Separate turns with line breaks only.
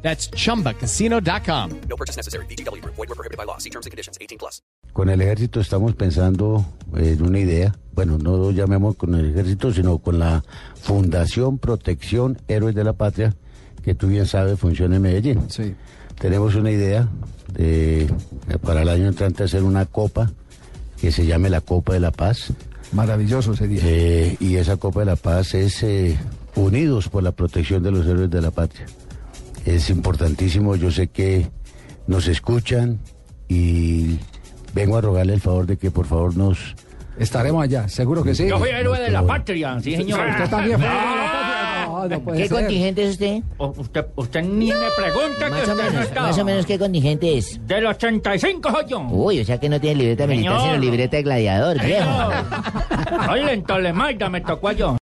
That's chumbacasino.com.
No purchase necessary. BGW. Void were prohibited by law. See terms and conditions. 18 plus.
Con el ejército estamos pensando eh, en una idea, bueno, no lo llamemos con el ejército, sino con la Fundación Protección Héroes de la Patria, que tú bien sabes funciona en Medellín.
Sí.
Tenemos una idea de eh, para el año entrante hacer una copa que se llame la Copa de la Paz.
Maravilloso sería.
Eh, y esa Copa de la Paz es eh, unidos por la protección de los héroes de la patria. Es importantísimo, yo sé que nos escuchan y vengo a rogarle el favor de que por favor nos...
Estaremos allá, seguro que sí.
Yo fui héroe de la patria, sí, señor.
Usted también fue héroe de la patria. No, no puede
¿Qué
ser.
contingente es usted?
O- Usted, usted ni me pregunta que
Más o,
usted no
menos,
está.
más o menos, Uh. ¿qué contingente es?
Del 85 soy yo.
Uy, o sea que no tiene libreta militar,
Señor.
sino libreta de gladiador, viejo.
Señor. Oye, en Tolemaida me tocó yo.